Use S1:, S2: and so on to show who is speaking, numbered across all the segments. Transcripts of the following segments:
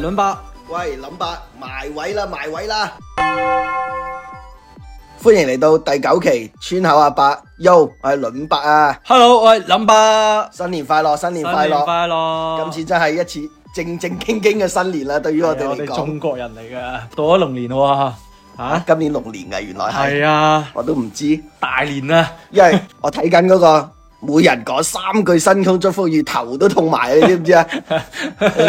S1: 倫伯，
S2: 喂，林伯，埋位啦，埋位啦！歡迎嚟到第九期村口阿伯，Yo，我係倫伯啊！
S1: ，Hello，我係林伯，
S2: 新年快樂，新年快
S1: 新年
S2: 樂！
S1: 快樂！
S2: 今次真係一次正正經經嘅新年啦，對於我哋
S1: 係啊我
S2: 嚟
S1: 哋
S2: 講啊
S1: 中，國人嚟噶，到咗龍年喎，吓
S2: 今年龍年嘅原來係，
S1: 係啊，
S2: 我都唔知。
S1: 大年啊，
S2: 因為我睇緊嗰個每人講三句新春祝福語，頭都痛埋，你知唔 知啊？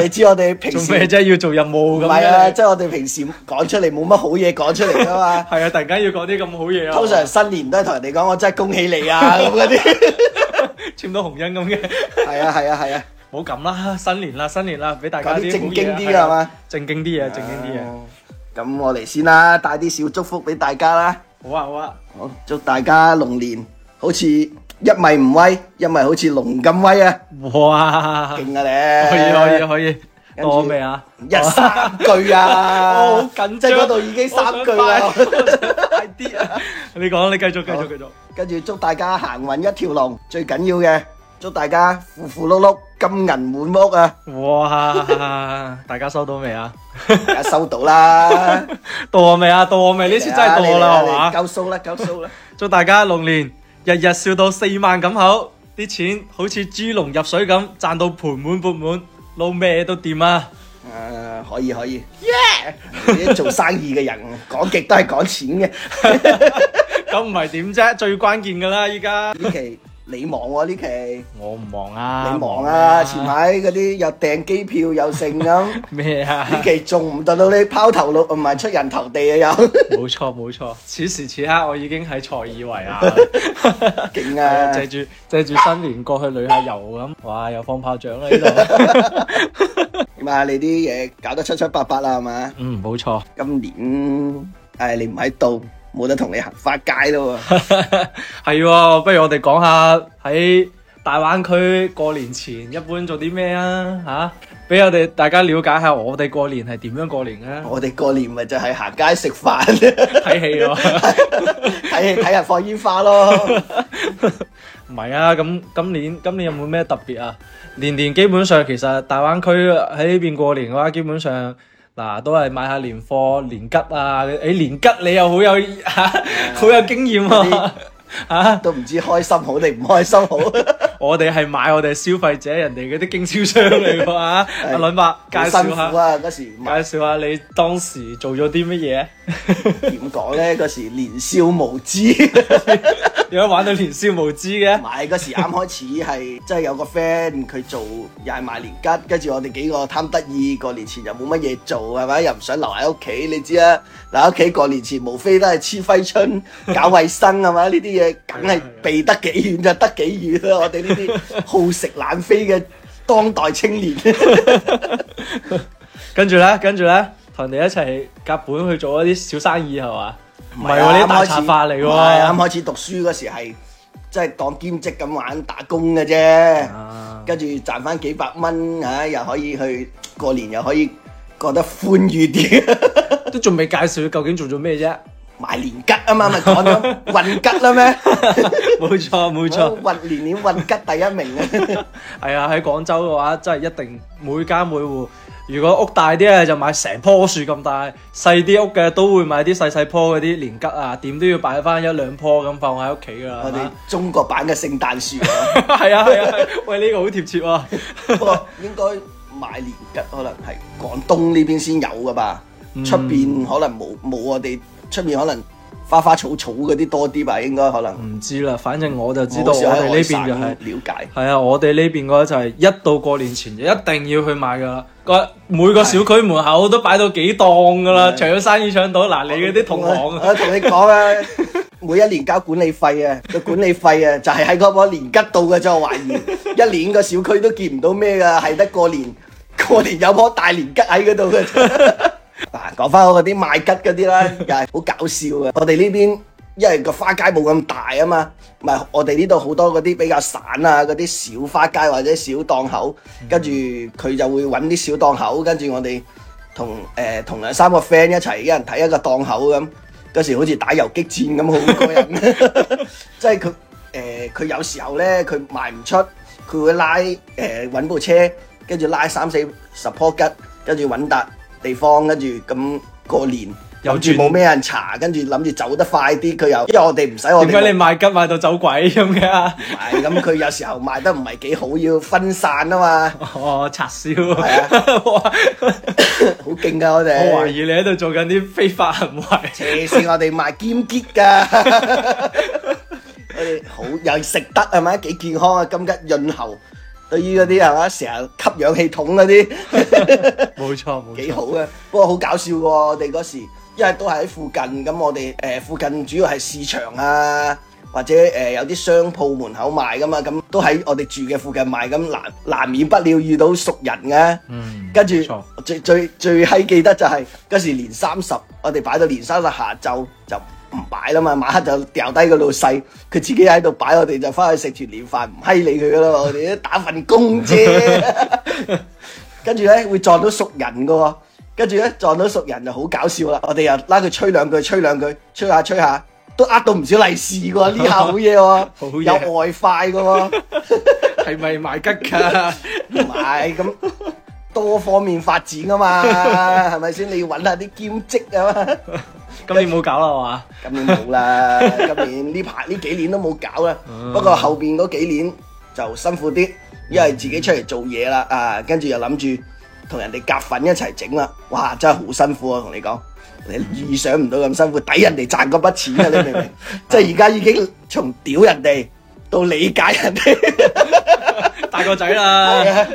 S2: 你知我哋平
S1: 做
S2: 時
S1: 咩啫？要做任務
S2: 唔
S1: 咁
S2: 係啊，
S1: 嘅
S2: 即係我哋平時講出嚟冇乜好嘢講出嚟噶嘛。
S1: 係啊，突然間要講啲咁好嘢啊！
S2: 通常新年都係同人哋講我真係恭喜你啊咁嗰啲。
S1: 簽到紅印咁嘅，
S2: 係啊係啊係啊，
S1: 冇咁啦，新年啦，新年啦，俾大家
S2: 講啲
S1: 啲好
S2: 正經
S1: 嘢啊
S2: 啲嘅係？嘛？
S1: 正經啲嘢，正經啲嘢，
S2: 哦。咁我嚟先啦，帶啲小祝福俾大家啦。
S1: 好啊好啊，
S2: 好，祝大家龍年好似一米唔威，一米好似龍咁威啊！
S1: 哇！
S2: 勁啊你！
S1: 可以可以可以，
S2: 跟
S1: 到我
S2: 住
S1: 未啊？
S2: 一三句啊！
S1: 我好緊張，
S2: 即係嗰度已經三句啦
S1: 我。 想快我想快啲啊！你講，你繼續繼續繼續。
S2: 跟住祝大家行運一條龍，最緊要嘅祝大家富富碌碌、金銀滿屋啊！
S1: 哇！大家收到未啊？
S2: 大家收到啦，
S1: 到我未啊？到我未？呢次真
S2: Dạ,
S1: 係到我啦，
S2: 你嚟
S1: 係嘛？
S2: 夠數啦，夠數啦！
S1: 祝大家龍年日日笑到四萬咁口，啲錢好似豬籠入水咁，賺到盆滿缽滿，撈咩都掂啊！
S2: 誒，呃可以可以。耶！做生意嘅 人講極都係講錢嘅。
S1: 咁唔係點啫？最關鍵㗎啦，依家
S2: 呢期你忙喎，呢期
S1: 我唔忙啊，
S2: 你忙啊！前排嗰啲又訂機票又剩 咁，
S1: 咩啊？
S2: 呢期仲唔到到你拋頭露，唔係出人頭地啊 又。
S1: 冇錯冇錯，此時此刻我已經喺塞爾維亞啦，
S2: 勁
S1: 係
S2: 啊
S1: 啊！借住借住新年過去旅下遊咁，哇！又放炮仗啦呢度，
S2: 點啊？你啲嘢搞得七七八八啦，係嘛？
S1: 嗯冇錯，
S2: 今年唉，你唔喺度，冇得同你行花街咯喎。
S1: 係喎，不如我哋講下喺大灣區過年前一般做啲咩啊嚇，俾我哋大家了解下我哋過年係點樣過年啊？
S2: 我哋過年咪就係行街食 飯，
S1: 睇戲
S2: 啊
S1: 喎，
S2: 睇戲睇人放煙花咯。
S1: 唔係啊，咁今年今年有冇咩特別啊？年年基本上其實大灣區喺呢邊過年嘅話，基本上嗱都係買下年貨、年桔啊。誒、年桔你又好有 好有經驗 啊！嚇，
S2: 都唔知開心好定唔開心好。
S1: 我哋係買我哋消費者，人哋嗰啲經銷商嚟㗎嚇。阿
S2: 係
S1: 倫伯 介
S2: 好辛
S1: 紹
S2: 苦
S1: 下，
S2: 啊！嗰時
S1: 介紹下你當時做咗啲乜嘢？
S2: 點講咧？嗰時年少無知，
S1: 點解玩到年少無知嘅
S2: 唔？係嗰時啱開始係，即係有個 friend 佢做又係賣年桔，跟住我哋幾個貪得意，過年前又冇乜嘢做係咪？又唔想留喺屋企，你知啊？留喺屋企過年前無非都係黐 揮春、搞衞生係咪？呢啲嘢梗
S1: 啊
S2: 係避得幾遠就得幾遠啦！我哋呢 啲好食懶飛嘅當代青年，
S1: 跟住咧，跟住咧，同人哋一齊夾本去做一啲小生意係嘛？唔係
S2: 啊
S1: 喎，呢啲
S2: 啱
S1: 大
S2: 開始
S1: 茶飯嚟
S2: 唔係啊啱
S1: 喎。
S2: 開始讀書嗰時係即係當兼職咁玩打工嘅啫。
S1: 啊
S2: 跟住賺翻幾百蚊嚇、啊又可以去過年，又可以過得寬裕啲。
S1: 都仲未介紹究竟做咗咩 啫？
S2: 買年桔啊嘛，咪講咗 運桔啦咩？
S1: 冇錯冇 錯，
S2: 運年年運桔第一名啊！
S1: 係 啊！喺廣州嘅話，真係一定每家每戶，如果屋大啲咧就買成棵樹咁大，細啲屋嘅都會買啲細細棵嗰啲年桔啊，點都要擺翻一兩棵咁放喺屋企㗎啦。
S2: 我
S1: 係
S2: 哋
S1: 嘛
S2: 中國版嘅聖誕樹啊，
S1: 係啊係啊，係啊喂呢個好貼切喎。
S2: 不過應該買年桔可能係廣東呢邊先有噶吧，
S1: 嗯
S2: 出邊可能冇冇我哋出邊可能花花草草嗰啲多啲吧，應該可能。
S1: 唔知啦，反正我嗯就知道我
S2: 好少喺
S1: 哋呢邊
S2: 外
S1: 就
S2: 省
S1: 係、
S2: 了解。
S1: 係啊，我哋呢邊嘅話就係一到過年前就一定要去買噶啦，個每個小區門口都擺到幾檔噶啦，搶生意搶到，嗱你嗰啲同行啊，
S2: 我同你講 啊，每一年交管理費啊，個管理費啊，就係喺嗰個年吉度嘅啫。我懷 疑一年個小區都見唔到咩噶，係得過年過年有棵大年吉喺嗰度嘅 啫。嗱，講翻我嗰啲賣吉嗰啲啦，又係好搞笑啊！我哋呢邊因為個花街冇咁大啊嘛，咪我哋呢度好多嗰啲比較散啊，嗰啲小花街或者小檔口，跟住佢就會揾啲小檔口，跟住我哋。同誒同兩三個 friend 一齊，一人睇一個檔口咁。嗰時好似打遊擊戰咁，好過 癮。即係佢誒，佢、有時候咧，佢呃賣唔出，佢會拉誒揾、部車，跟住拉三四十棵吉，跟住揾笪地方，跟住咁過年，
S1: 又
S2: 諗住
S1: 轉
S2: 冇咩人查，跟住諗住走得快啲，佢又因為我哋唔使我
S1: 點解
S2: 哋
S1: 你賣吉賣到走鬼咁嘅？
S2: 買，咁佢有時候賣得唔係幾好，要分散啊嘛，
S1: 哦，拆燒，
S2: 係 啊
S1: 哇
S2: 好勁噶我
S1: 我懷
S2: 哋，
S1: 疑你喺度做緊啲非法 行為。
S2: 啊斜線我哋賣兼結噶， 我哋好又食得係咪？幾健康啊，金桔潤喉，對於嗰啲係咪成日吸氧氣筒嗰啲。
S1: 冇錯冇
S2: 幾
S1: 錯，
S2: 好嘅，不過好搞笑喎！我哋嗰時，因為都係喺附近，咁我哋誒、呃附近主要係市場啊，或者誒、呃有啲商鋪門口賣噶嘛，咁都喺我哋住嘅附近賣，咁難難免不了遇到熟人嘅、
S1: 嗯，
S2: 跟住
S1: 冇錯
S2: 最最最閪記得就係、嗰時年三十，我哋擺到年三十下晝就唔擺啦嘛，晚黑就掉低個老細，佢自己喺度擺，我哋就翻去食團年飯，唔閪理佢噶啦嘛，我哋都打份 工啫。跟住咧會撞到熟人噶喎，跟住咧撞到熟人就好搞笑啦。我哋又拉佢吹兩句，吹兩句，吹下吹下，都呃到唔少利是嘅喎，呢 下好嘢
S1: 好
S2: 喎，
S1: 嘢
S2: 有外快嘅喎。
S1: 係咪賣吉㗎？
S2: 唔係咁多方面發展啊嘛，係咪先？你要揾下啲兼職啊嘛。
S1: 咁你冇搞啦係嘛？
S2: 今年冇啦，今年呢排呢幾年都冇搞啦。不過後邊嗰幾年就辛苦啲，因為自己出嚟做嘢啦，啊，跟住又諗住同人哋夾份一齊整啦。哇，真係好辛苦啊！同你講，你意想唔到咁辛苦，抵人哋賺嗰筆錢啊！你明唔明？即係而家已經從屌人哋到理解人哋。
S1: 大個仔啦，
S2: 係啊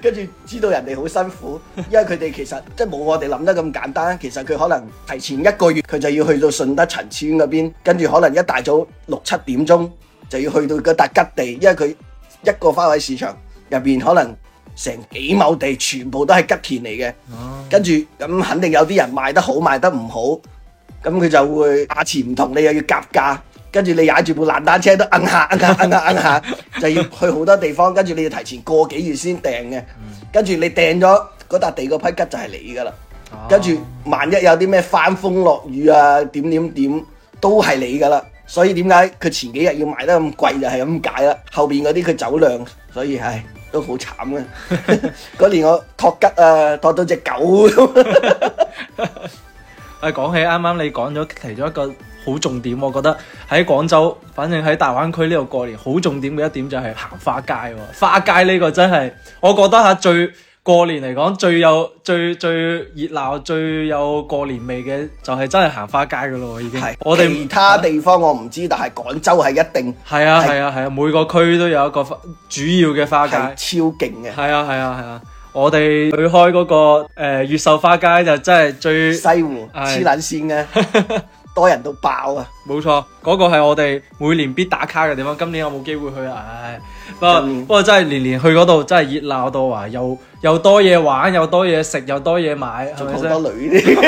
S2: 跟住知道人哋好辛苦，因為佢哋其實即係冇我哋諗得咁簡單。其實佢可能提前一個月，佢就要去到順德陳村嗰邊，跟住可能一大早六七點鐘就要去到嗰笪吉地，因為佢一個花卉市場入邊可能成幾畝地全部都係吉田嚟嘅。跟住咁肯定有啲人賣得好，賣得唔好，咁佢就會價錢唔同，你又要夾價，跟住你踩住部爛單車都摁下摁下摁下摁下，就要去好多地方，跟住你要提前個幾月先訂嘅，跟住你訂咗嗰笪地嗰批吉就係你噶啦，
S1: 哦
S2: 跟住萬一有啲咩翻風落雨啊點點點都係你噶啦，所以點解佢前幾日要賣得咁貴就係咁解啦，後邊嗰啲佢走量，所以唉都好慘 嘅，嗰年我托吉啊托到只狗咁。啊
S1: 誒啊講起啱啱你講咗其中一個好重點，我覺得喺廣州，反正喺大灣區呢度過年好重點嘅一點就係行花街喎。花街呢個真係，我覺得嚇最過年嚟講最有最最熱鬧、最有過年味嘅就係真係行花街噶咯喎，已經
S2: 係。
S1: 我哋啊
S2: 其他地方我唔知，但係廣州係一定
S1: 係啊
S2: 係
S1: 係啊係啊，每個區都有一個花主要嘅花
S2: 係
S1: 街。
S2: 超勁嘅。
S1: 係啊係啊係啊！我哋去開嗰、個誒、呃越秀花街就真係最
S2: 西湖
S1: 係
S2: 黐撚線 嘅，多人到爆啊！
S1: 冇錯，嗰、個係我哋每年必打卡嘅地方。今年我冇機會去啊，唉。不過
S2: 今年
S1: 不過真係年年去嗰度真係熱鬧到啊！又又多嘢玩，又多嘢食，又多嘢買，係
S2: 仲
S1: 咪
S2: 好
S1: 先？
S2: 多女啲，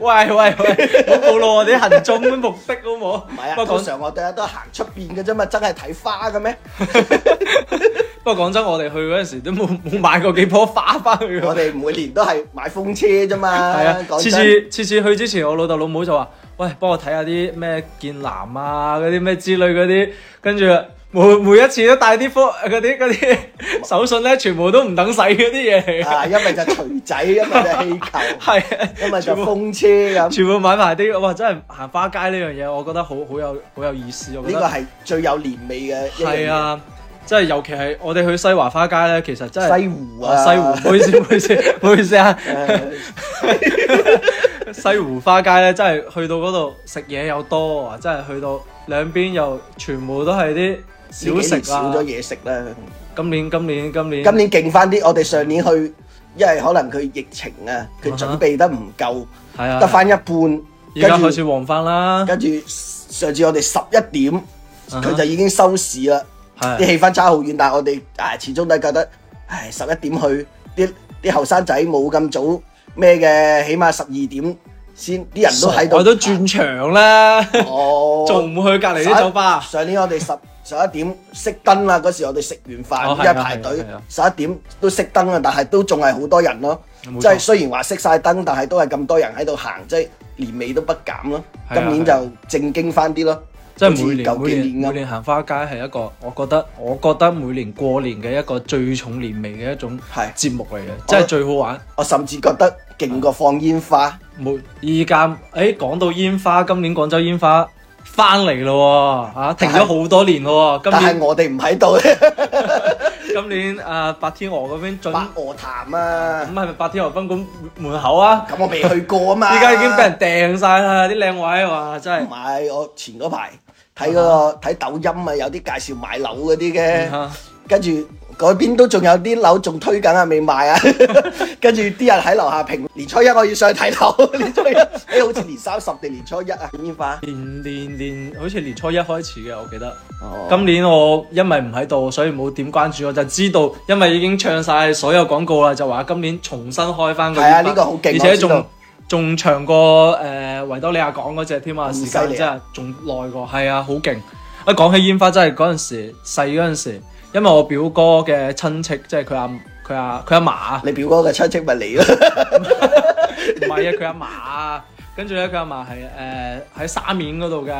S1: 喂喂喂， 唔好暴露我哋啲行蹤嘅目的好冇？
S2: 唔係啊！
S1: 不過
S2: 通
S1: 講
S2: 常我哋都係行出邊嘅啫嘛，真係睇花嘅咩？
S1: 不過講真，我哋去嗰陣時都冇冇買過幾樖花翻去喎
S2: 我。哋每年都係買風車啫嘛。
S1: 係啊，
S2: 講
S1: 次
S2: 真，
S1: 次次次去之前，我老豆老母就話：，喂，幫我睇下啲咩劍南啊，嗰啲咩之類嗰啲，跟住每每一次都帶啲科嗰啲嗰 啲手信咧，全部都唔等使嗰啲嘢嚟嘅，
S2: 啊，因為就錘仔，因為就氣 球，
S1: 係啊
S2: 因為就
S1: 全部
S2: 風車咁。
S1: 全部買埋啲，哇！真係行花街呢樣嘢，我覺得好好有好有意思，我
S2: 呢
S1: 覺
S2: 個
S1: 得
S2: 係最有年味嘅一
S1: 係
S2: 樣
S1: 啊，即係尤其係我哋去西華花街咧，其實真係
S2: 嘢。西湖
S1: 啊
S2: 啊，
S1: 西湖，唔好意思，唔好意思，唔好意思啊！
S2: 誒
S1: 西湖花街咧，真係去到嗰度食嘢又多啊！真係去到兩邊又全部都係啲
S2: 呢幾
S1: 小
S2: 年
S1: 食
S2: 少
S1: 啊
S2: 咗！嘢食啦。
S1: 今年今年今年
S2: 今年勁翻啲，我哋上年去，因為可能佢疫情啊，佢
S1: 啊哈
S2: 準備得唔夠，
S1: 係啊，
S2: 得翻一半。
S1: 而家
S2: 跟
S1: 開
S2: 住
S1: 始旺翻啦，
S2: 跟住上次我哋十一點，
S1: 哈
S2: 佢就已經收市啦。啲
S1: 係啊
S2: 氣氛差好遠，但係我哋唉始終都係覺得，唉十一點去，啲啲後生仔冇咁早咩嘅，起碼十二點先，啲人都喺度。
S1: 我都轉場 啦，
S2: 哦，
S1: 仲啊唔去隔離啲酒吧？
S2: 上年我哋十十一點熄燈啦，嗰時我哋食完
S1: 哦
S2: 飯，
S1: 係啊
S2: 一排隊
S1: 係啊
S2: 十一點都熄燈啦，但係都仲係好多人咯。
S1: 冇錯
S2: 哦即係雖然話熄晒燈，但係都係咁多人喺度行，即係年尾都不減咯。
S1: 係啊
S2: 今年就正經翻啲咯。
S1: 即係每年
S2: 好似舊
S1: 每
S2: 幾
S1: 年
S2: 年咁
S1: 每年行花街係一個，我覺得我覺得每年過年嘅一個最重年味嘅一種
S2: 係
S1: 節目嚟嘅，
S2: 哦
S1: 即係最好玩。
S2: 我甚至覺得勁過放煙花，
S1: 冇依家誒講到煙花，今年廣州煙花翻嚟咯喎，啊停咗好多年咯喎，今
S2: 但係
S1: 年
S2: 我哋唔喺度 咧，
S1: 今年啊白天鵝嗰邊準，
S2: 白
S1: 咁
S2: 鵝潭啊，
S1: 係咪白天鵝賓館門口啊？
S2: 咁我未去過啊嘛，
S1: 依家已經俾人掟晒啦，啲靚位哇真
S2: 唔係我前嗰排睇嗰個睇抖音啊，有啲介紹買樓嗰啲嘅。
S1: 係。啊
S2: 跟住嗰邊都仲有啲樓仲推緊啊，未賣 啊！跟住啲人喺樓下評，年初一我要上去睇 樓，年初一，哎，好似年三十定年初一啊，煙花。
S1: 年年年好似年初一開始嘅，我記得。
S2: 哦
S1: 今年我因為唔喺度，所以冇點關注，我就知道，因為已經唱晒所有廣告啦，就話今年重新開翻個
S2: 係啊
S1: 煙花
S2: 呢個好勁
S1: 而
S2: 我
S1: 且
S2: 知
S1: 仲
S2: 道
S1: 仲長過誒、呃、維多利亞港嗰只添啊，
S2: 咁
S1: 時
S2: 犀利啊
S1: 間真係仲耐過，係啊，好勁！一講起煙花，真係嗰陣時細嗰陣時，因為我表哥嘅親戚，即係佢阿佢阿佢阿嫲啊。
S2: 你表哥嘅親戚咪你咯，
S1: 唔係啊，佢阿嫲啊，跟住咧佢阿嫲係誒喺沙面嗰度嘅，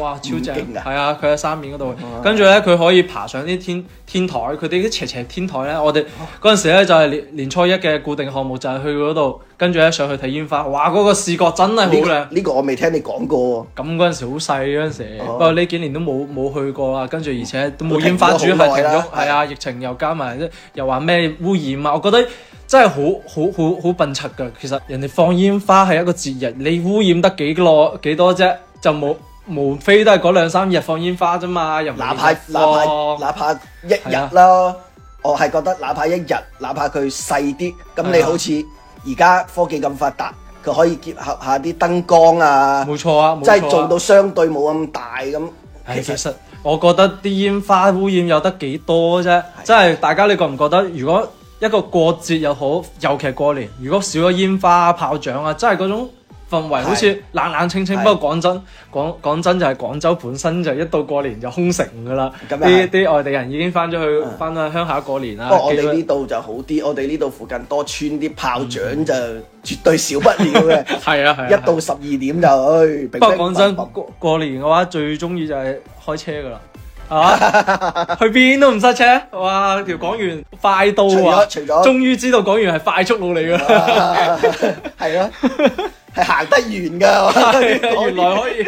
S1: 哇超
S2: 咁
S1: 正，
S2: 勁㗎
S1: 係啊，佢喺沙面嗰度，跟住咧佢可以爬上啲天天台，佢哋啲斜斜天台咧，我哋嗰陣時咧就係年年初一嘅固定項目就係去嗰度，跟住咧上去睇煙花，哇嗰、個視覺 真係好
S2: 呢
S1: 靚
S2: 個。呢個我未聽你講過喎。
S1: 咁嗰陣時好細嗰陣時，
S2: 哦
S1: 不過呢幾年都冇冇去過啦，跟住而且都冇
S2: 都
S1: 煙花主
S2: 停咗
S1: 係
S2: 好
S1: 停
S2: 耐
S1: 咗
S2: 啦，
S1: 係啊，疫情又加埋，又話咩污染啊，我覺得真係好好好好笨柒㗎。其實人哋放煙花係一個節日，你污染得幾多幾多啫，就冇無非都係嗰兩三日放煙花啫嘛，又唔係哦
S2: 哪怕
S1: 日放
S2: 哪怕哪怕一日啦，我係覺得哪怕一日，哪怕佢細啲，咁
S1: 係
S2: 你
S1: 啊
S2: 好似而家科技咁發達，佢可以結合下啲燈光啊，
S1: 冇錯啊，冇
S2: 即
S1: 錯啊
S2: 係做到相對冇咁大咁。
S1: 唉，其實我覺得啲煙花污染有得幾多啫，真係大家你覺唔覺得？如果一個過節又好，尤其係過年，如果少咗煙花啊、炮仗啊，真係嗰種氛圍
S2: 係
S1: 好似冷冷清清。
S2: 係
S1: 不過講真，講講真就係廣州本身就一到過年就空城㗎啦，
S2: 咁又
S1: 啲
S2: 係
S1: 啲外地人已經翻咗去
S2: 嗯
S1: 翻咗去鄉下過年啦。啊
S2: 不過我
S1: 基
S2: 哋
S1: 本
S2: 呢度就好啲，我哋呢度附近多村啲炮仗就絕對少不了嘅。
S1: 係啊係啊，
S2: 一到十二點就，唉，
S1: 不過講真，
S2: 乒 乒乓乓
S1: 過過年嘅話最中意就係開車㗎啦，啊， 去邊都唔塞車，哇！條廣園快到
S2: 除
S1: 啊！
S2: 咗除咗，
S1: 終於知道講完係快速路嚟㗎啦，
S2: 啊係咯，係行得遠噶。
S1: 原來可以，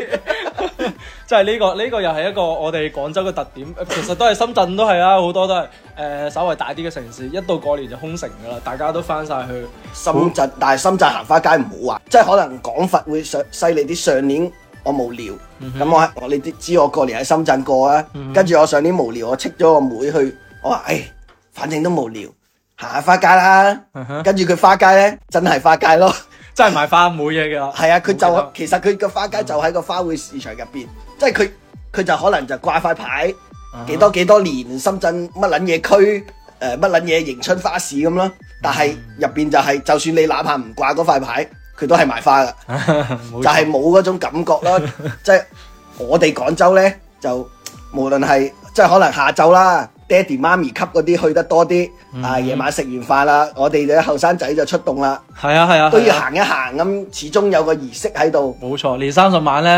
S1: 就係呢、個呢、個又係一個我哋廣州嘅特點。其實都係深圳都係啊，好多都係誒、呃稍微大啲嘅城市，一到過年就空城㗎啦，大家都翻晒去。
S2: 深圳，但係深圳行花街唔好玩，即係可能廣佛會上犀利啲。上年我無聊，咁我喺我你知知我過年喺深圳過啊，跟住我上年無聊，我戚咗個妹去，我話唉，反正都無聊，行下花街啦。跟住佢花街咧，真係花街咯。
S1: 真係賣花冇嘢㗎啦。
S2: 係啊，佢
S1: 冇
S2: 就
S1: 嘢
S2: 其實佢個花街就喺個花卉市場入邊，即係佢佢就可能就掛塊牌
S1: 啊
S2: 幾多幾多年深圳乜撚嘢區誒乜撚嘢迎春花市咁咯。但係入邊就係、就算你哪怕唔掛嗰塊牌，佢都係賣花噶，
S1: 冇
S2: 就係冇嗰種感覺 咯。即係我哋廣州咧，就無論係即係可能下晝啦。爹哋媽咪級嗰啲去得多啲，
S1: 嗯
S2: 啊夜晚食完飯啦，我哋嘅後生仔就出動啦，
S1: 係啊係啊，
S2: 都
S1: 係
S2: 要
S1: 啊
S2: 行一行咁，始終有個儀式喺度。
S1: 冇錯，年三十晚咧，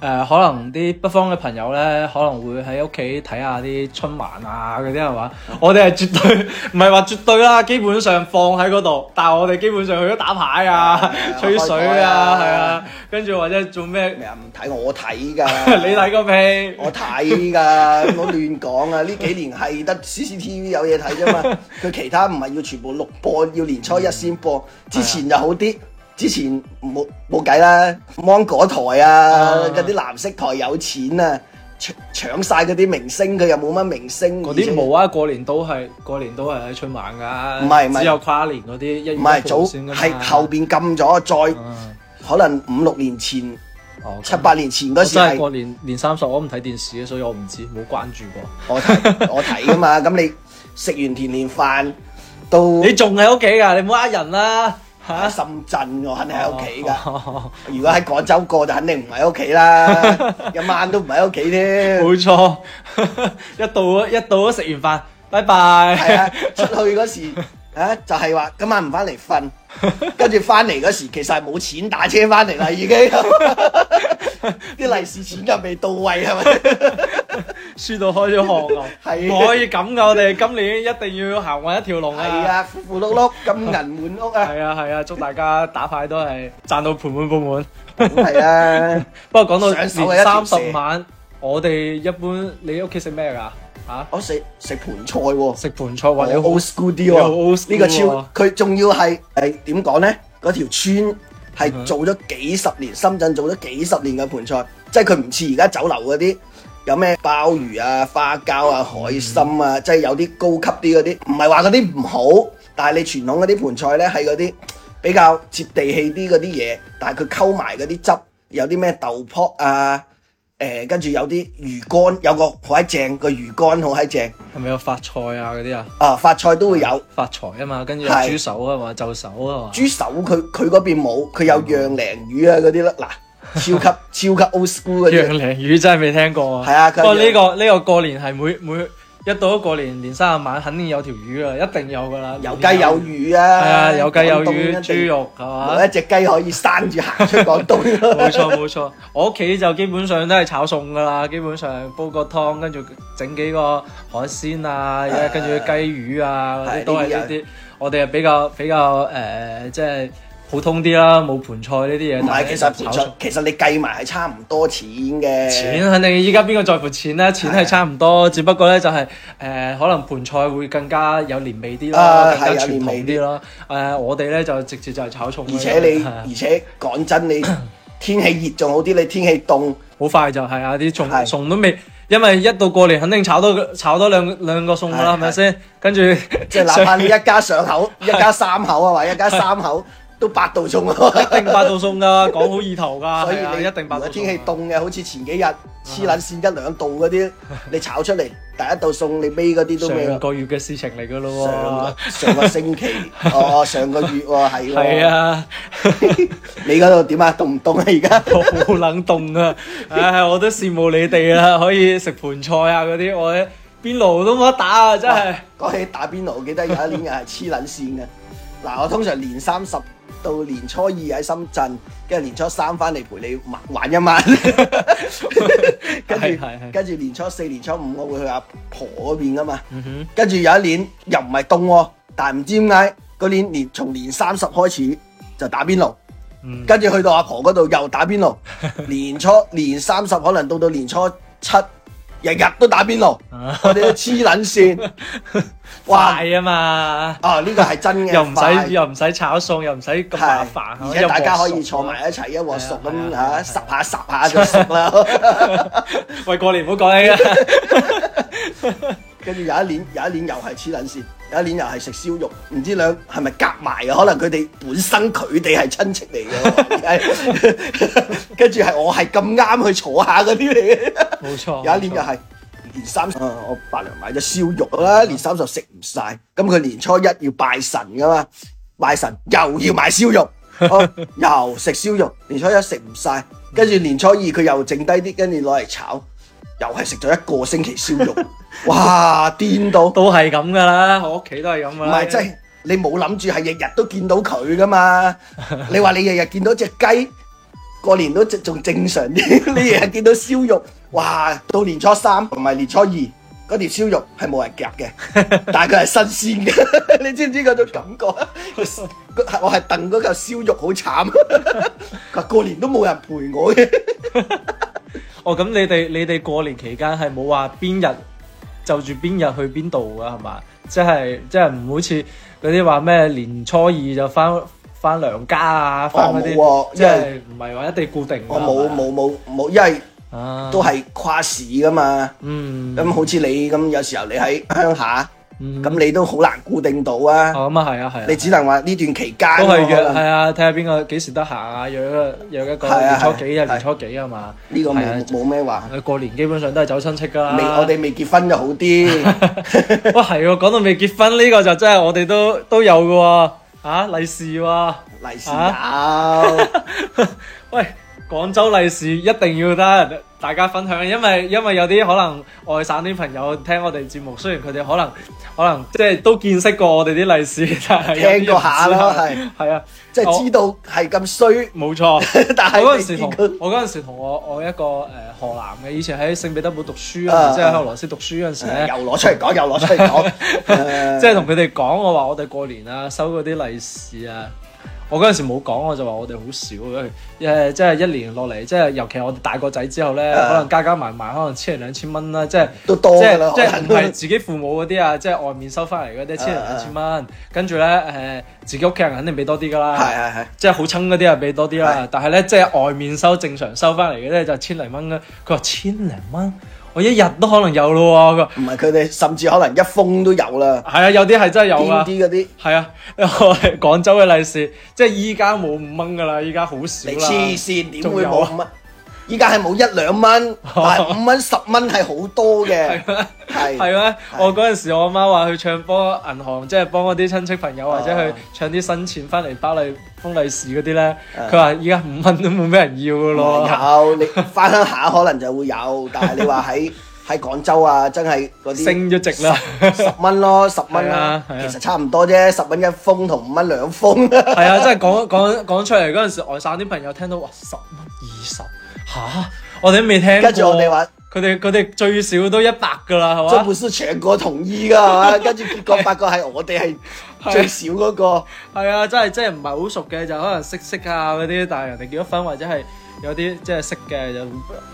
S1: 誒、可能啲北方嘅朋友咧，可能會喺屋企睇下啲春晚啊嗰啲係 嘛？我哋係絕對唔係話絕對啦，基本上放喺嗰度，但係我哋基本上去咗打牌啊、 吹水啊，
S2: 開
S1: 係
S2: 台啊
S1: 啊，跟住或者做咩？，
S2: 咩啊？唔睇我睇噶
S1: 你睇個屁！
S2: 我睇噶， 唔好亂講啊！呢幾年係得 CCTV 有嘢睇啫嘛，佢其他唔係要全部錄播，要年初一先播。之前就好啲，之前冇冇計啦，芒果台啊
S1: 啊，
S2: 嗰啲藍色台有錢啊，搶搶晒嗰啲明星，佢又冇乜明星。
S1: 嗰
S2: 而且
S1: 啲冇啊，過年都係過年都係喺春晚㗎，
S2: 唔係唔係
S1: 只有跨年嗰啲一月一
S2: 唔係
S1: 號
S2: 早
S1: 先㗎嘛
S2: 係後邊禁咗，
S1: 嗯
S2: 再可能五六年前、
S1: 哦
S2: 七八年前嗰
S1: 我
S2: 時
S1: 真係
S2: 係。
S1: 過年年三十我唔睇電視嘅，所以我唔知冇關注過。
S2: 我睇我睇噶嘛，咁你食完田連飯到
S1: 你仲喺屋企㗎？你唔好呃人啦嚇！
S2: 喺深圳，我肯定喺屋企噶。
S1: 噶，
S2: 如果喺廣州過就肯定唔喺屋企啦，一晚都唔喺屋企添。
S1: 冇錯。 一到一到食完飯，拜
S2: 係
S1: 拜。
S2: 啊，出去嗰時啊，就係話今晚唔翻嚟瞓，跟住翻嚟嗰時其實係冇錢打車翻嚟啦，已經啲利是錢又未到位係咪？
S1: 輸到開咗學牛，
S2: 係
S1: 唔可以咁噶！我哋今年一定要行運一條龍
S2: 係
S1: 啊！
S2: 啊，富富碌碌，金銀滿屋 啊，
S1: 係啊係啊，祝大家打牌都係賺到盆滿缽 滿。
S2: 咁係啊，
S1: 不過講到
S2: 上
S1: 年
S2: 手係一條
S1: 三
S2: 蛇
S1: 十晚，我哋一般你屋企食咩㗎？嚇，
S2: 我食食盤菜喎。
S1: 食盤菜或者好
S2: 我 old school 啲
S1: 你好 old
S2: 喎，
S1: school
S2: 呢個超佢仲要係誒點講咧？嗰條村係
S1: 嗯
S2: 做咗幾十年，深圳做咗幾十年嘅盤菜，即係佢唔似而家酒樓嗰啲有咩鮑魚啊、花膠啊、海
S1: Ừ.
S2: 參啊，即係有啲高級啲嗰啲，唔係話嗰啲唔好，但係你傳統嗰啲盤菜咧係嗰啲比較接地氣啲嗰啲嘢，但係佢溝埋嗰啲汁，有啲咩豆泡啊，誒跟住有啲魚乾，有個好閪正個魚乾好閪正
S1: 係咪有發菜啊嗰啲啊？
S2: 啊，發菜都會有。
S1: 發財啊嘛，跟住有
S2: 係
S1: 豬手啊嘛，就手啊嘛，
S2: 豬手佢佢嗰邊冇，佢有釀鯪魚啊嗰啲啦，嗱，超 級超級 old school 嗰
S1: 羊
S2: 啲，
S1: 鯪魚真係未聽過啊！
S2: 係啊佢係
S1: 不過呢個呢個過年係每每一到咗過年年三十晚，肯定有條魚啊，一定有㗎啦，
S2: 有雞有魚啊，
S1: 係啊，有雞有
S2: 廣東
S1: 魚、
S2: 一定
S1: 豬，肉啊係嘛
S2: 冇？一隻雞可以生住行出 廣東。
S1: 冇錯冇錯，我屋企就基本上都係炒餸㗎啦，基本上煲個湯，跟住整幾個海鮮啊，
S2: 啊
S1: 跟住雞魚啊，嗰
S2: 係
S1: 啲都係
S2: 呢
S1: 呢
S2: 啲
S1: 啲。我哋係比較比較誒，即係普通啲啦，冇盤菜呢啲嘢。
S2: 唔係，其實
S1: 但係
S2: 盤
S1: 炒餸
S2: 菜其實你計埋係差唔多錢嘅。
S1: 錢啊肯定依家邊個在乎錢咧？錢
S2: 啊
S1: 係差唔多，只不過咧就係、呃可能盤菜會更加有年味啲
S2: 啊
S1: 啦，更
S2: 係有
S1: 加傳
S2: 年味
S1: 統啲啦。誒、我哋咧就直接就係炒餸啦。
S2: 而且 你
S1: 係啊
S2: 而且講真，你天氣熱仲好啲，你天氣凍
S1: 好快就係啊！啲
S2: 係
S1: 餸餸都未，因為一到過年肯定炒多炒多兩兩個餸噶啦，
S2: 係
S1: 係咪先？跟住
S2: 即 係哪怕你一家上口、一家三口啊，或者一家 三口都八度鐘啊。
S1: 一定八道餸噶，講好意頭噶，
S2: 所以
S1: 係啊
S2: 你
S1: 一定八
S2: 如
S1: 道
S2: 果
S1: 餸㗎。
S2: 天氣凍嘅，好似前幾日黐撚線一兩度 嗰啲，你炒出嚟第一道餸你尾嗰啲都未啊
S1: 上個月嘅事情嚟噶
S2: 上
S1: 咯
S2: 個上個 星期，哦上個月喎係
S1: 喎。
S2: 喎，
S1: 係，啊，
S2: 你嗰度點啊？凍唔凍啊？而家
S1: 我好冷凍啊！唉，我都羨慕你哋啦，可以食盤菜啊嗰啲，我邊爐都冇得打啊！真係
S2: 講起打邊爐，我記得有一年又係黐撚線嘅。嗱，我通常年三十到年初二喺深圳，跟住年初三翻嚟陪你玩玩一 晚，跟
S1: 係係
S2: 住
S1: 係
S2: 跟住年初四、年初五我會去阿婆嗰邊噶嘛。
S1: 嗯哼，
S2: 跟住有一年又唔係凍喎，但唔知點解嗰年年從年三十開始就打邊爐，
S1: 嗯
S2: 跟住去到阿婆嗰度又打 邊爐，年初年三十可能到到年初七，日日都打邊爐，
S1: 啊
S2: 我哋都黐撚 線，哇！
S1: 快啊嘛！
S2: 啊呢個係真嘅，
S1: 又唔
S2: 快
S1: 使又唔使炒餸，又唔使咁麻
S2: 係
S1: 煩，
S2: 而且大家可以
S1: 啊
S2: 坐埋一齊一鑊熟咁嚇，烚下烚下就熟 啦。
S1: 喂，過年唔好講啊起 啦。
S2: 跟住有一年，有一年又係黐撚線，有一年又係食燒肉，唔知兩係咪夾埋啊嘅？可能佢哋本身佢哋係親戚嚟嘅，跟住係我係咁啱去坐下嗰啲嚟嘅。
S1: 冇錯，
S2: 有一年又係年三十，啊我啊伯娘買咗燒肉啦，年三十食唔晒，咁佢年初一要拜神噶嘛，拜神又要買燒 肉，哦又食燒肉，年初一食唔晒，跟住年初二佢又剩低啲，跟住攞嚟炒，又係食咗一個星期燒 肉，哇癲到！
S1: 都係咁噶啦，我屋企都係咁噶
S2: 唔
S1: 啦。
S2: 係，即係你冇諗住係日日都見到佢 噶嘛？你話你日日見到只雞，過年都仲正常啲。 你日日見到燒肉，哇！到年初三同埋年初二嗰條燒肉係冇人夾 嘅，但係佢係新鮮嘅。 你知唔知嗰種感覺？ 我係燉嗰嚿燒肉好 慘，佢話過年都冇人陪我嘅。
S1: 哦，咁你哋你哋過年期間係冇話邊日就住邊日去邊度噶係嘛？即係即係唔好似嗰啲話咩年初二就翻翻娘家啊，翻嗰啲，
S2: 哦冇喎
S1: 即係唔係話一定固定㗎。
S2: 我冇
S1: 係嘛
S2: 冇冇冇，因為
S1: 啊，
S2: 都係跨市噶嘛。
S1: 嗯
S2: 咁好似你咁，有時候你喺鄉下。
S1: 嗯
S2: 咁你都好難固定到啊！
S1: 哦咁啊係啊係啊，
S2: 你只能話呢段期間
S1: 都係
S2: 咯
S1: 約
S2: 可能
S1: 係啊，睇下邊個幾時得閒啊，約一個約一
S2: 係啊
S1: 個年初幾
S2: 係
S1: 日年初幾啊嘛。
S2: 呢個
S1: 係
S2: 冇
S1: 啊
S2: 冇咩話。
S1: 佢過年基本上都係走親戚㗎啦。
S2: 未我哋未結婚就好 啲，
S1: 哇，係喎，講到未結婚呢、個就真係我哋都都有嘅喎、啊，利是喎、
S2: 利是有。
S1: 喂，廣州利是一定要得大家分享，因為因為有啲可能外省啲朋友聽我哋節目，雖然佢哋可能可能即係都見識過我哋啲利是， 但係有啲人
S2: 聽過下啦
S1: 唔知
S2: 係
S1: 係啊，
S2: 即係知道係咁衰，
S1: 冇錯。
S2: 但係
S1: 我嗰
S2: 未
S1: 陣時
S2: 見
S1: 同
S2: 過
S1: 我嗰陣時同我我一個誒、呃河南嘅，以前喺聖彼得堡讀書
S2: 啊
S1: 啊，即係喺俄羅斯讀書嗰陣時咧，
S2: 又攞出嚟講，又攞出嚟講，誒
S1: 即係同佢哋講我話我哋過年啊收嗰啲利是啊，我嗰陣時冇講我就話我哋好少嘅，誒即係一年落嚟，即係尤其我哋大個仔之後咧，
S2: 啊
S1: 可能加加埋埋可能千零兩千蚊啦，即係。
S2: 都多
S1: 即
S2: 㗎
S1: 係
S2: 啦，
S1: 即係唔
S2: 可能
S1: 係自己父母嗰啲啊，即係外面收翻嚟嗰啲千零兩千蚊，跟住咧誒自己屋企人肯定俾多啲㗎啦，
S2: 啊係係係。
S1: 即係好親嗰啲啊，俾多啲啦。但係咧，即係外面收正常收翻嚟嘅咧，就千零蚊啦。佢話千零蚊，我一日都可能有咯喎。佢話
S2: 唔係佢哋，甚至可能一封都有啦。
S1: 係啊，有啲係真係有
S2: 邊
S1: 啊。
S2: 啲嗰啲
S1: 係啊， 我係廣州嘅利是，即係依家冇五蚊噶啦，依家好少
S2: 你
S1: 啦。
S2: 黐線點
S1: 仲
S2: 會
S1: 有
S2: 冇
S1: 啊
S2: 五蚊？依家係冇一兩蚊，但係五蚊十蚊係好多嘅，
S1: 係
S2: 係
S1: 咩？我嗰陣時，我媽話去唱歌銀行，即係幫嗰啲親戚朋友
S2: 啊
S1: 或者去唱啲新錢翻嚟包利封利是嗰啲咧。
S2: 啊
S1: 佢話依家五蚊都冇咩人要噶咯。
S2: 有你翻鄉下可能就會有，但係你話 喺喺廣州啊，真係嗰啲
S1: 升咗值 啦，
S2: 十蚊咯，十蚊
S1: 係
S2: 啦
S1: 啊，係啊
S2: 其實差唔多啫，十蚊一封同五蚊兩 封。
S1: 係啊，真係講講講出嚟嗰陣時，外省啲朋友聽到哇十蚊二十吓，我哋都未聽過。
S2: 跟住我哋話，
S1: 佢哋佢哋最少都一百㗎啦，
S2: 這
S1: 係嘛？
S2: 本書全國同意㗎，係嘛？跟住結果發覺係我哋係
S1: 係
S2: 最少嗰個。
S1: 係啊，真係真係唔係好熟嘅，就可能識識啊嗰啲，但係人哋結咗婚或者係有啲即係識嘅，就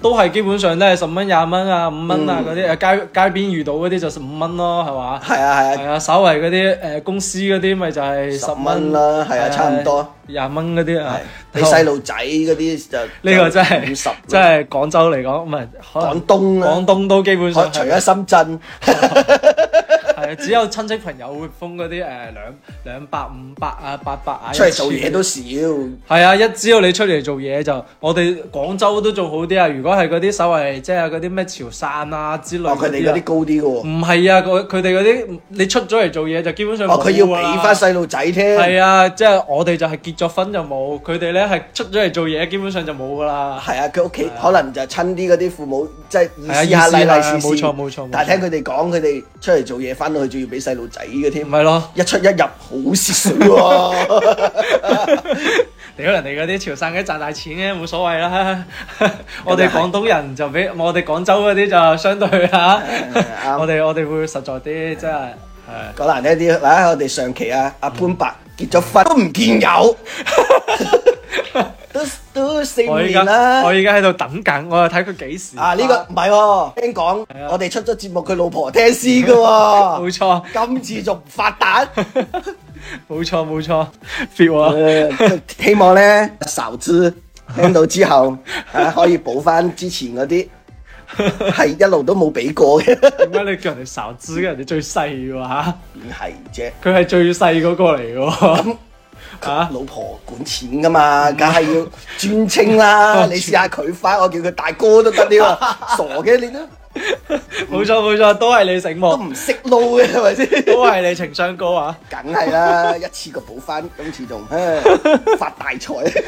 S1: 都係基本上都係十蚊廿蚊啊、五蚊啊
S2: 嗯
S1: 嗰啲，街街邊遇到嗰啲就十五蚊咯，係嘛？
S2: 係啊係啊
S1: 係。啊，稍為嗰啲誒公司嗰啲咪就係
S2: 十
S1: 十
S2: 蚊啦係啊差唔多
S1: 廿蚊嗰啲啊
S2: 係，你細路仔嗰啲就
S1: 呢個真
S2: 五十
S1: 係，真係廣州嚟講，唔係可能
S2: 廣東啊
S1: 廣，東都基本
S2: 可
S1: 上
S2: 除
S1: 係
S2: 咗深圳，
S1: 係啊，只有親戚朋友會封嗰啲誒兩兩百五百啊八百啊，
S2: 出嚟做嘢都
S1: 一千
S2: 少，
S1: 係啊！一知道你出嚟做嘢就，我哋廣州都仲好啲啊！如果係嗰啲所謂即係嗰啲咩潮汕啊之類
S2: 哦佢哋嗰啲
S1: 啲啊，
S2: 高啲嘅喎，
S1: 唔係啊！佢佢哋嗰啲你出咗嚟做嘢就基本上
S2: 哦佢要
S1: 冇㗎啦
S2: 俾翻細路仔聽，
S1: 係啊！即係我哋就係結咗婚就冇，佢哋咧係出咗嚟做嘢基本上就冇噶啦。
S2: 係啊，佢屋企
S1: 係啊
S2: 可能就親啲嗰啲父母，即係意
S1: 係啊
S2: 思下
S1: 意思
S2: 禮
S1: 下
S2: 禮事
S1: 冇
S2: 事
S1: 錯冇錯冇錯
S2: 但係聽佢哋講，佢哋出嚟做嘢翻到去仲要俾細路仔嘅添
S1: 唔，係咯。
S2: 一出一入好蝕水喎，
S1: 屌人哋嗰啲潮汕嘅賺大錢嘅冇所謂 啦，我哋廣東人就比我哋廣州嗰啲就相對 嚇，
S2: 啱
S1: 我哋我哋會實在啲，真係係
S2: 講難聽啲，嗱我哋上期啊阿潘伯結咗婚都唔見有， 都都四五
S1: 我依
S2: 年
S1: 家
S2: 啦
S1: 我。依家喺度等緊，我又睇佢幾時
S2: 啊！呢、個唔係喎，聽講
S1: 係啊
S2: 我哋出咗節目，佢老婆聽 詩噶喎，
S1: 冇錯
S2: 今次仲唔發達？
S1: 冇錯冇錯 feel 啊！
S2: 誒呃希望咧仇子聽到之後，啊可以補翻之前嗰啲，係一路都冇俾過嘅，
S1: 點解你叫人哋勺子嘅？人哋最細嘅喎嚇，
S2: 唔係啫。
S1: 佢係最細嗰個嚟嘅喎 啊嚇，
S2: 老婆管錢噶嘛，梗係要尊稱啦。你試下佢翻，我叫佢大哥都得啲喎，傻嘅你都
S1: 冇錯冇錯，都係你醒
S2: 都
S1: 目，
S2: 唔識撈嘅係咪先？
S1: 都係你情商高啊！
S2: 梗係啦，一次過補翻，今次仲唉發大財。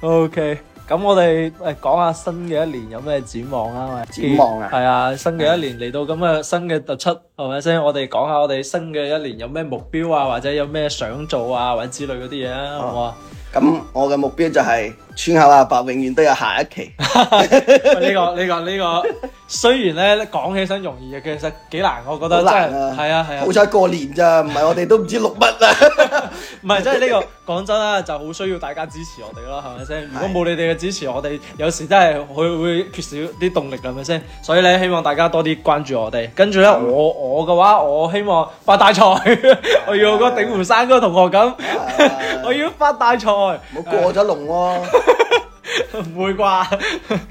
S1: O K，咁我哋誒講下新嘅一年有咩展望啊？咪
S2: 展望啊
S1: 係啊，新嘅一年嚟到咁嘅新嘅突出係咪先？我哋講下我哋新嘅一年有咩目標啊，或者有咩想做啊，或者之類嗰啲嘢啊，好唔好啊？
S2: 咁我嘅目標就係村口阿伯永遠都有下一期，
S1: 喂呢 個呢個呢個，雖然咧講起身容易嘅，其實幾難，我覺得
S2: 好
S1: 真
S2: 難
S1: 係
S2: 啊！
S1: 係啊係啊
S2: 好，彩過年咋，唔係我哋都唔知錄乜啦。
S1: 唔係真係呢個 講真啦，就好需要大家支持我哋咯，係咪先？如果冇你哋嘅支持，我哋有時真係會會缺少啲動力，係咪先？所以咧，希望大家多啲關注我哋。跟住咧，我我嘅話，我希望發大財， 我要個鼎湖山嗰個同學咁，我要發大財，
S2: 冇過咗龍喎，
S1: 唔會 啩？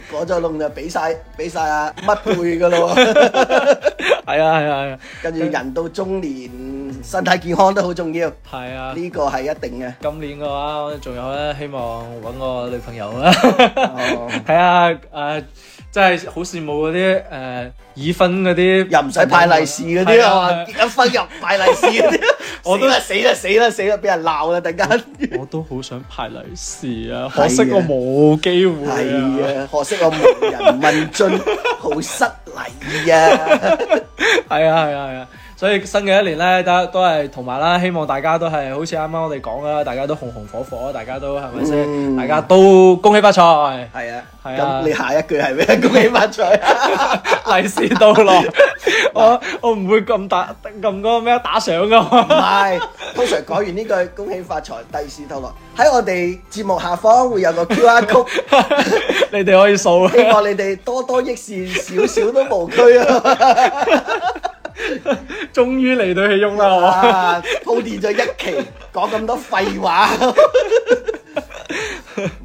S2: 過咗龍就俾晒俾晒啊乜配噶咯喎，
S1: 係啊係啊係啊
S2: 跟住人到中年，身體健康都好重要，
S1: 係啊！
S2: 呢個係一定嘅。
S1: 今年嘅啊 話，仲有咧，希望揾個女朋友啦，
S2: 哦
S1: 睇下誒啊真係好羨慕嗰啲誒已婚嗰啲，
S2: 又唔使派利是嗰啲
S1: 係
S2: 啊，
S1: 啊
S2: 結咗婚又唔派利是嗰啲，
S1: 我
S2: 我
S1: 都
S2: 都死啦死啦死啦，俾人鬧啦！突然間，
S1: 我都好想派利是啊，
S2: 係啊
S1: 可惜我冇機會啊。
S2: 係啊，可惜我無人問津，好失禮啊！
S1: 係啊係啊係啊，所以新嘅一年咧，都都係同埋啦，希望大家都係好似啱啱我哋講啊啦，大家都紅紅火火，大家都係咪先？
S2: 嗯，
S1: 大家都恭喜發財
S2: 係啊，
S1: 係啊
S2: 咁你下一句係咩？恭喜發財
S1: 利是到來。我我唔會咁打咁嗰個咩打賞噶
S2: 唔係，通常講完呢句恭喜發財，第是透來喺我哋節目下方會有 個 QR code，
S1: 你哋可以掃。
S2: 希望你哋多多益善，少少都無拘啊！
S1: 終於嚟到戲翁啦，我
S2: 啊，鋪墊咗一期，講咁多廢話，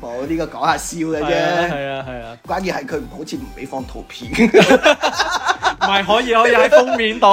S2: 冇呢、個講下笑嘅
S1: 係啊
S2: 啫。
S1: 係啊係啊，
S2: 關鍵係佢唔好似唔俾放圖片，
S1: 唔係可以可以喺封面度，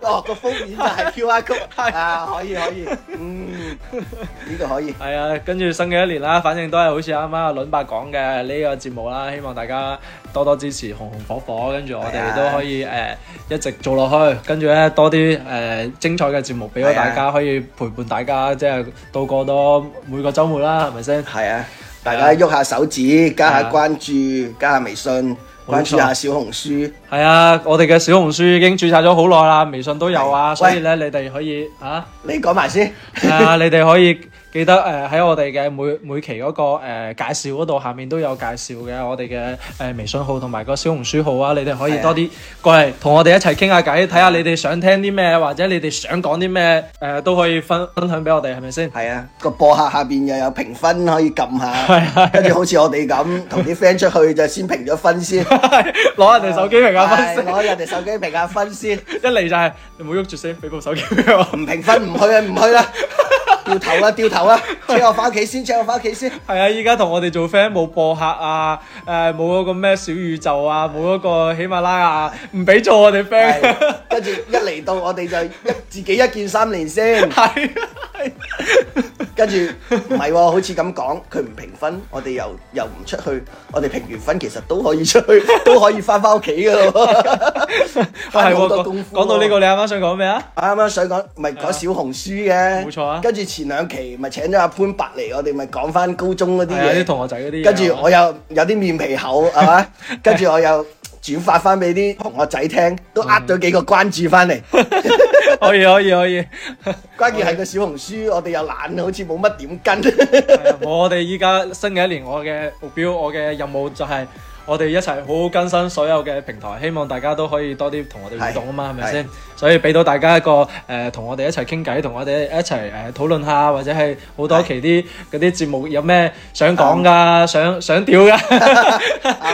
S2: 哦個封面就係 QR code 啊，可以可以，嗯，呢個可以，
S1: 係啊，跟住新嘅一年啦，反正都係好似啱啱阿倫伯講嘅呢個節目啦，希望大家多多支持紅紅火火，跟住我
S2: 係
S1: 哋
S2: 啊
S1: 都可以誒、呃一直做落去，跟住咧多啲誒、呃精彩嘅節目俾到
S2: 係啊
S1: 大家，可以陪伴大家，即係度過多每個週末啦，係咪先？
S2: 係啊，大家喐下手指，加下關注，加下微信，
S1: 冇錯
S2: 關注下小紅書，
S1: 係啊，我哋嘅小紅書已經註冊咗好耐啦，微信都有啊，
S2: 喂
S1: 所以咧你哋可以啊。
S2: 你講埋先，
S1: 啊！ 你哋可以記得誒喺、我哋嘅每每期嗰、個、呃、介紹嗰度下面都有介紹嘅，我哋嘅誒微信號同埋個小紅書號啊，你哋可
S2: 係
S1: 以
S2: 啊
S1: 多啲過嚟同我哋一齊傾下偈，睇下你哋想聽啲咩，或者你哋想講啲咩誒都可以分分享俾我哋，係咪先？
S2: 係啊，個播客下邊又有評分可以撳
S1: 係
S2: 下
S1: 啊，
S2: 跟住好似我哋咁，同啲 friend 出去就先評咗分先。
S1: 攞人哋手機評下分
S2: 係
S1: 先，
S2: 攞人哋手機評下分先，唔
S1: 一嚟就係、你唔好喐住先，俾部手機俾我。
S2: 評分唔去啊，唔去啦，掉頭啦，掉頭啦，check 我翻屋企先，check 我翻屋 企先，
S1: 係啊！依家同我哋做 friend 冇播客啊，誒冇嗰個咩小宇宙啊，冇嗰個喜馬拉雅，啊唔俾做我哋 friend。
S2: 係跟住一嚟到我哋就一自己一件三連先，
S1: 係啊係
S2: 跟住唔係喎，好似咁講，佢唔評分，我哋又又唔出去，我哋評完分其實都可以出 去，都可以翻翻屋企噶咯喎，
S1: 喂，係
S2: 慳好
S1: 喎，
S2: 多功
S1: 講
S2: 夫喎啊
S1: 講到呢個，你啱啱想講咩啊？
S2: 啱啱想講，咪講小紅書嘅，
S1: 冇錯啊
S2: 跟住前兩期咪請咗阿潘伯嚟，我哋咪講翻高中嗰啲
S1: 係啊，
S2: 嘢
S1: 啲。同學仔嗰啲嘢啊。
S2: 跟住我又有啲面皮厚，係嘛？跟住我又轉發翻俾啲同學仔聽，
S1: 嗯
S2: 都呃咗幾個關注 翻嚟。
S1: 可以可以可以，
S2: 關鍵係個小紅書，我哋又懶，好似冇乜點跟。
S1: 係啊我哋依家新嘅一年，我嘅目標，我嘅任務就係我哋一齊好好更新所有嘅平台，希望大家都可以多啲同我哋互動啊嘛，係咪先？所以俾到大家一個誒，同、我哋一齊傾偈，同我哋一齊誒討論下，或者係好多期啲嗰啲節目有咩想講噶，想想屌
S2: 嗯啊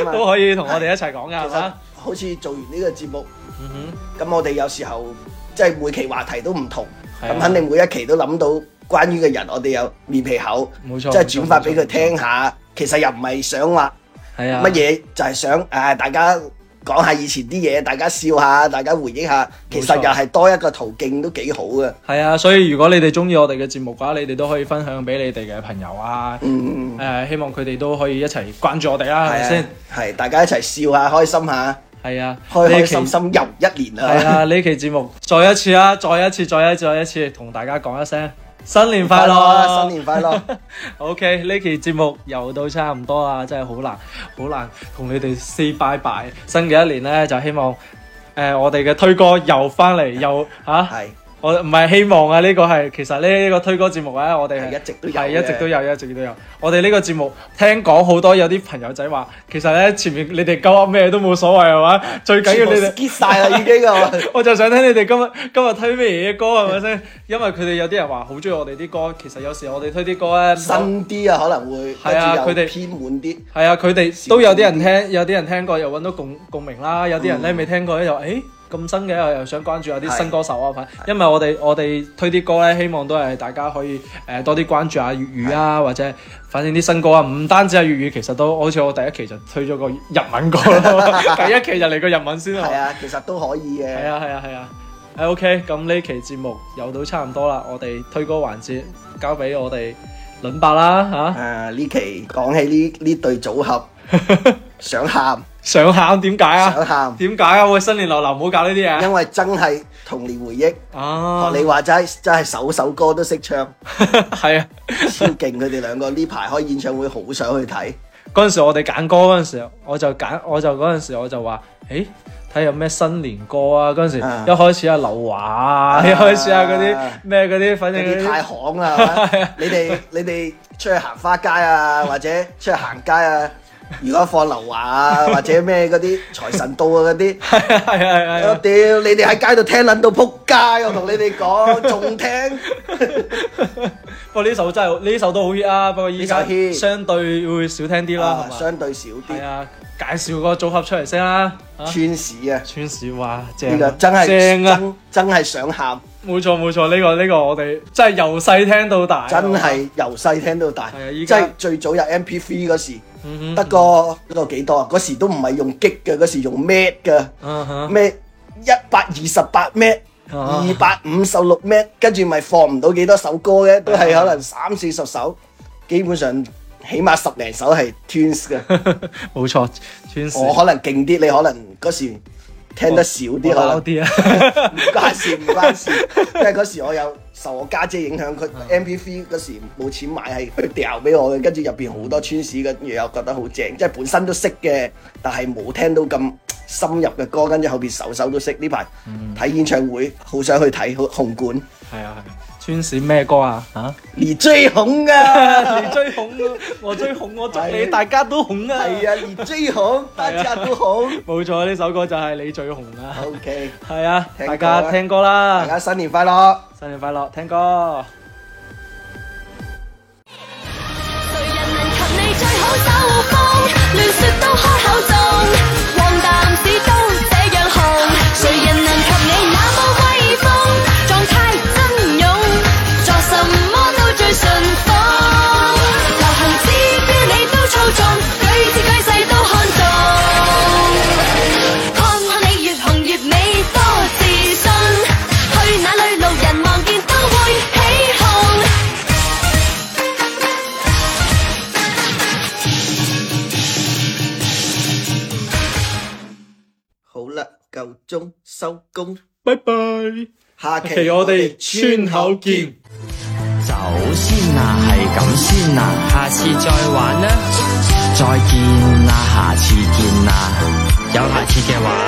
S1: 噶，都可以同我哋一齊講噶，係
S2: 其實
S1: 嘛？
S2: 好似做完呢個節目，
S1: 嗯哼。
S2: 咁我哋有時候即係每期話題都唔同，
S1: 係啊
S2: 咁肯定每一期都諗到關於嘅人，我哋又面皮厚，
S1: 冇
S2: 即
S1: 錯
S2: 係轉發俾佢聽下。其實又唔係想話
S1: 係啊，
S2: 乜嘢，就係想誒大家。講下以前啲嘢，大家笑下，大家回憶下，其實
S1: 冇錯
S2: 又係多一個途徑，都幾好嘅。
S1: 係啊，所以如果你哋中意我哋嘅節目嘅話，你哋都可以分享俾你哋嘅朋友啊。誒、
S2: 嗯。
S1: 希望佢哋都可以一齊關注我哋啦，係咪先？
S2: 係大家一齊笑下，開心下，
S1: 係啊，
S2: 開
S1: 呢
S2: 開
S1: 期
S2: 心心又一年
S1: 係
S2: 啦。
S1: 啊，呢期節目再一次啊，再一次，再一次，再一次，同大家講一聲新年快樂，
S2: 新年快樂！
S1: OK，呢期節目又到差唔多啊，真係好難，好難同你哋 say bye bye。新嘅一年呢，就希望誒、呃我哋嘅推歌又翻嚟，又嚇。
S2: 係
S1: 我唔係希望啊，呢、個係其實呢個推歌節目咧，我哋
S2: 係一直都有
S1: 係
S2: 嘅
S1: 一直都有，一直都有。我哋呢個節目聽講好多有啲朋友仔話，其實咧前面你哋鳩噏咩都冇所謂係嘛，最緊
S2: 啊全
S1: 要
S2: 部
S1: 你哋，
S2: skip 晒啦已經㗎，
S1: 我就想聽你哋今日今日推咩嘢歌係咪先？因為佢哋有啲人話好中意我哋啲歌，其實有時我哋推啲歌咧，
S2: 新啲啊可能會，
S1: 係啊佢
S2: 跟住又
S1: 哋
S2: 偏滿啲。
S1: 係啊，佢哋都有啲人聽，有啲人聽過又揾到共共鳴啦，有啲人咧未聽過咧又誒咁新嘅，又又想關注下啲
S2: 係
S1: 新歌手啊，反因為我哋我哋推啲歌咧，希望都係大家可以誒、呃多啲關注下粵語啊，或者反正啲新歌啊，唔單止係粵語，其實都好似我第一期就推咗個日文歌 咯，第一期就嚟個日文先
S2: 係
S1: 啊，
S2: 啊，其實都可以
S1: 係
S2: 嘅。
S1: 啊係啊係啊，誒 OK，咁呢期節目又到差唔多啦，我哋推歌環節交俾我哋倫伯啦嚇。
S2: 啊呢期講起呢呢對組合，想喊，
S1: 想喊點解啊？
S2: 想喊，
S1: 點解啊？喂，新年流流唔好搞呢啲嘢
S2: 因為真係童年回憶。
S1: 啊！
S2: 學你話齋，真係首首歌都識唱，
S1: 係啊！
S2: 超勁！佢哋兩個呢排開演唱會，好想去睇。
S1: 嗰陣時我哋揀歌嗰陣時，我就揀，我就嗰陣時我就話，誒睇有咩新年歌啊！嗰陣時一
S2: 啊
S1: 開始啊劉華啊，
S2: 啊
S1: 一開始啊嗰啲咩嗰啲，反
S2: 嗰
S1: 正
S2: 啲
S1: 嗰
S2: 太行 啦，係
S1: 啊
S2: 嘛你哋你哋出去行花街啊，或者出去行街啊，如果放劉華啊，或者咩嗰 啲財神到啊嗰
S1: 啲
S2: 啲。
S1: 係啊係啊係
S2: 我
S1: 啊！
S2: 屌！你哋喺街度聽撚到撲街，我同你哋講，仲聽
S1: 不過呢首真係呢首都好 hit 啊，不過依家
S2: 呢首 hit
S1: 相對會少聽啲啦，
S2: 啊
S1: 係嘛？
S2: 相對少
S1: 係
S2: 啲。
S1: 啊，介紹個組合出嚟先啦。啊
S2: 川市啊，
S1: 川市哇，正啊
S2: 呢個真係
S1: 正啊！
S2: 真真係想喊，
S1: 冇錯冇錯，呢、個呢、個我哋真係由細聽到大，
S2: 真係由細聽到大，
S1: 係啊依
S2: 即
S1: 家
S2: 係最早有 MP3 嗰時，
S1: 嗯哼
S2: 得個得個幾多啊？嗰時都唔係用 G 嘅，嗰時用 m e 嘅。
S1: 嗯哼
S2: 咩一百二十八 m
S1: 啊
S2: 二百五十六 m 跟住咪放唔到幾多首歌嘅，都係可能三四十首，基本上起碼十零首係 Twins 嘅。
S1: 冇錯，川市
S2: 我可能勁啲，你可能嗰時聽得少啲，可能
S1: 我撈啲啊，
S2: 唔 關事唔關事，因為嗰時我有受我家姐影響，佢 MP3 嗰時冇錢買係佢掉俾我嘅，跟住入邊好多 Twins 嘅嘢，我覺得好正，即係本身都識嘅，但係冇聽到咁。深入嘅歌，跟住後邊首首都識。呢排
S1: 嗯
S2: 睇演唱會，好想去睇好紅館。
S1: 係啊係啊。川市咩歌啊？嚇！
S2: 你最 紅啊！
S1: 你追恐啊，我追恐，我祝你
S2: 係
S1: 大家都恐啊！
S2: 係啊，你最紅，大家都紅。
S1: 冇錯，呢首歌就係你最紅啊！
S2: OK，
S1: 係啊，
S2: 聽
S1: 大
S2: 歌
S1: 家
S2: 啊
S1: 聽歌
S2: 大
S1: 啦，
S2: 家新年快樂！
S1: 新年快樂，聽歌。
S3: 誰人能及你最好手風？亂説都開口中，黃淡市都這樣紅。誰人能及你那麼威風？狀態真勇，做什麼都最順風。流行指標你都操縱，舉止舉世都看重。看看你越紅越美，多自信。去哪裏路人望見都會起哄。
S2: 好啦，夠鐘收工，
S1: 拜拜，
S2: 下
S1: 下期
S2: 期
S1: 我哋村口見。
S4: 走先啦，係咁先啦，下次再玩啦，再見啦，下次見啦，有下次嘅話。